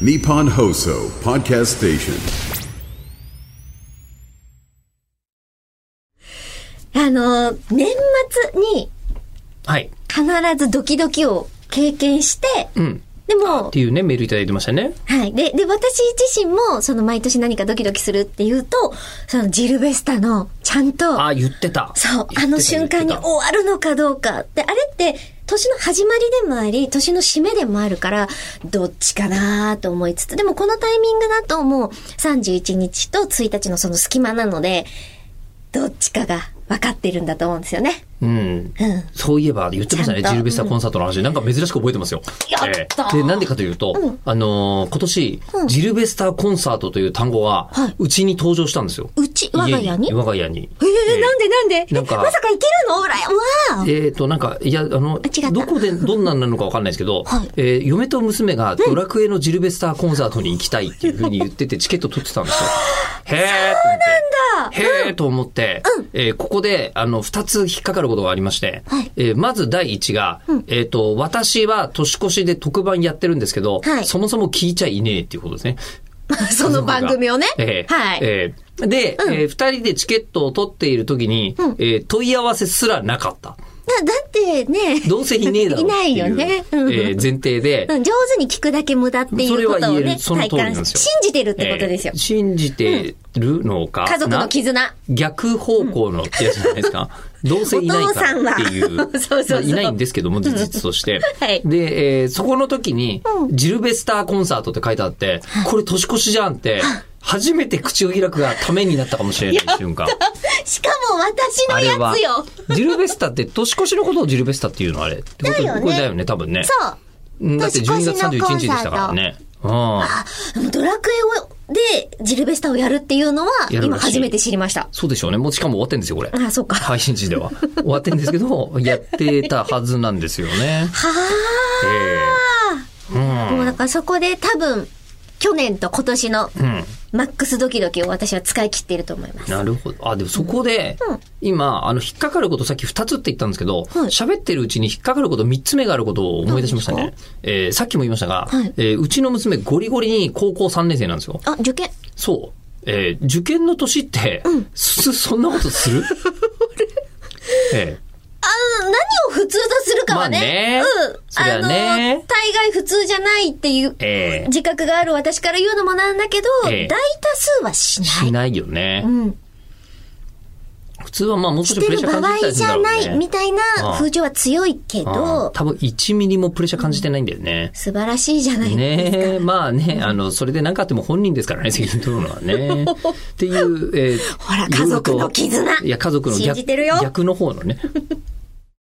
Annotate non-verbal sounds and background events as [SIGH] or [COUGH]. Nippon Hoso Podcast Station. あのー、年末にはい。必ずドキドキを経験して、うん。でもっ、ていうね、メールいただいてましたね。はい。で、で、私自身も、その毎年何かドキドキするっていうと、そのジルベスタの、ちゃんと、あ、言ってた。そう、言ってたあの瞬間に言って終わるのかどうか。で、あれって、年の始まりでもあり、年の締めでもあるから、どっちかなと思いつつ、でもこのタイミングだともう31日と1日のその隙間なので、どっちかが分かってるんだと思うんですよね。たうん。うん。そういえば言ってましたね。ちゃんとジルベスタコンサートの話。なんか珍しく覚えてますよ。やったーええで、なんでかというと、あのー今年、ジルベスタコンサートという単語がはい、うちに登場したんですよ。うち、我が家に我が家に。えー、なんでなんでえなんかまさかいけるの裏やわーえっ、と、なんか、いや、あの違った、どこで、どんなんなのかわかんないですけど、はいえー嫁と娘がドラクエのジルベスターコンサートに行きたいっていうふうに言 [LAUGHS] ってて、チケット取ってたんですよ。へえ。そうなんだへえと思って、えーここで、あの、二つ引っかかることがありまして、はいえーまず第一が、えっ、と、私は年越しで特番やってるんですけど、はいそもそも聞いちゃいねえっていうことですね。その番組をね。ええはい。ええで、えー二人でチケットを取っている時に、えー問い合わせすらなかった。だだってね、どうせいねえだろうっていう。いないよねうんえー前提で。うん上手に聞くだけ無駄っていうことをそれは言えね、るその体通りなん感ですよ信じてるってことですよえー。信じてるのかな、家族の絆。逆方向のやつじゃないですか。どうせいないからっていお父さんはそう。うそうそうまあいないんですけども、事実として。はいで、えーそこの時に、ジルベスターコンサートって書いてあって、これ年越しじゃんって、初めて口を開くがためになったかもしれない瞬間。しかも私のあれやはつよ。。ジルベスタって年越しのことをジルベスタっていうのあれ。ってことだよねこれだよね、多分ね。そう。うんだって12年越月しの31日でしたからね。うん。でもドラクエを、で、ジルベスタをやるっていうのは、やる今らしい初めて知りました。そうでしょうね。もうしかも終わってんですよ、これ。あ、そうか。配信時では。終わってんですけど、やってたはずなんですよね。ええもうだからそこで多分、去年と今年の、うん。うん。マックスドキドキを私は使い切っていると思います。なるほど。あ、でもそこで、今、あの、引っかかることさっき2つって言ったんですけはど、い喋、ってるうちに引っかかること3つ目があることを思い出しました何ね。えーさっきも言いましたが、はいえーうちの娘ゴリゴリに高校3年生なんですよ。あ、受験。そう。えー受験の年って、すそん [LAUGHS] なことするええ何を普通とするかはね。まあうねん。そりゃあねの、大概普通じゃないっていう、ええ自覚がある私から言うのもなんだけど、ええ大多数はしない。しないよね。うん。普通はまあもう少ししプてレッシるャー場感じてた合りすじるんだゃろうなね。いみたいな風潮は強いけうんど、多分1ミリもプレッシャー感じてないんだよね。素晴らしいじゃない。ねえ、まあね、あの、それで何かあっても本人ですから [LAUGHS] ね、責任取るのはね。っていう、えーほら家族の絆いや、家族の逆信じてるよ逆の方のね、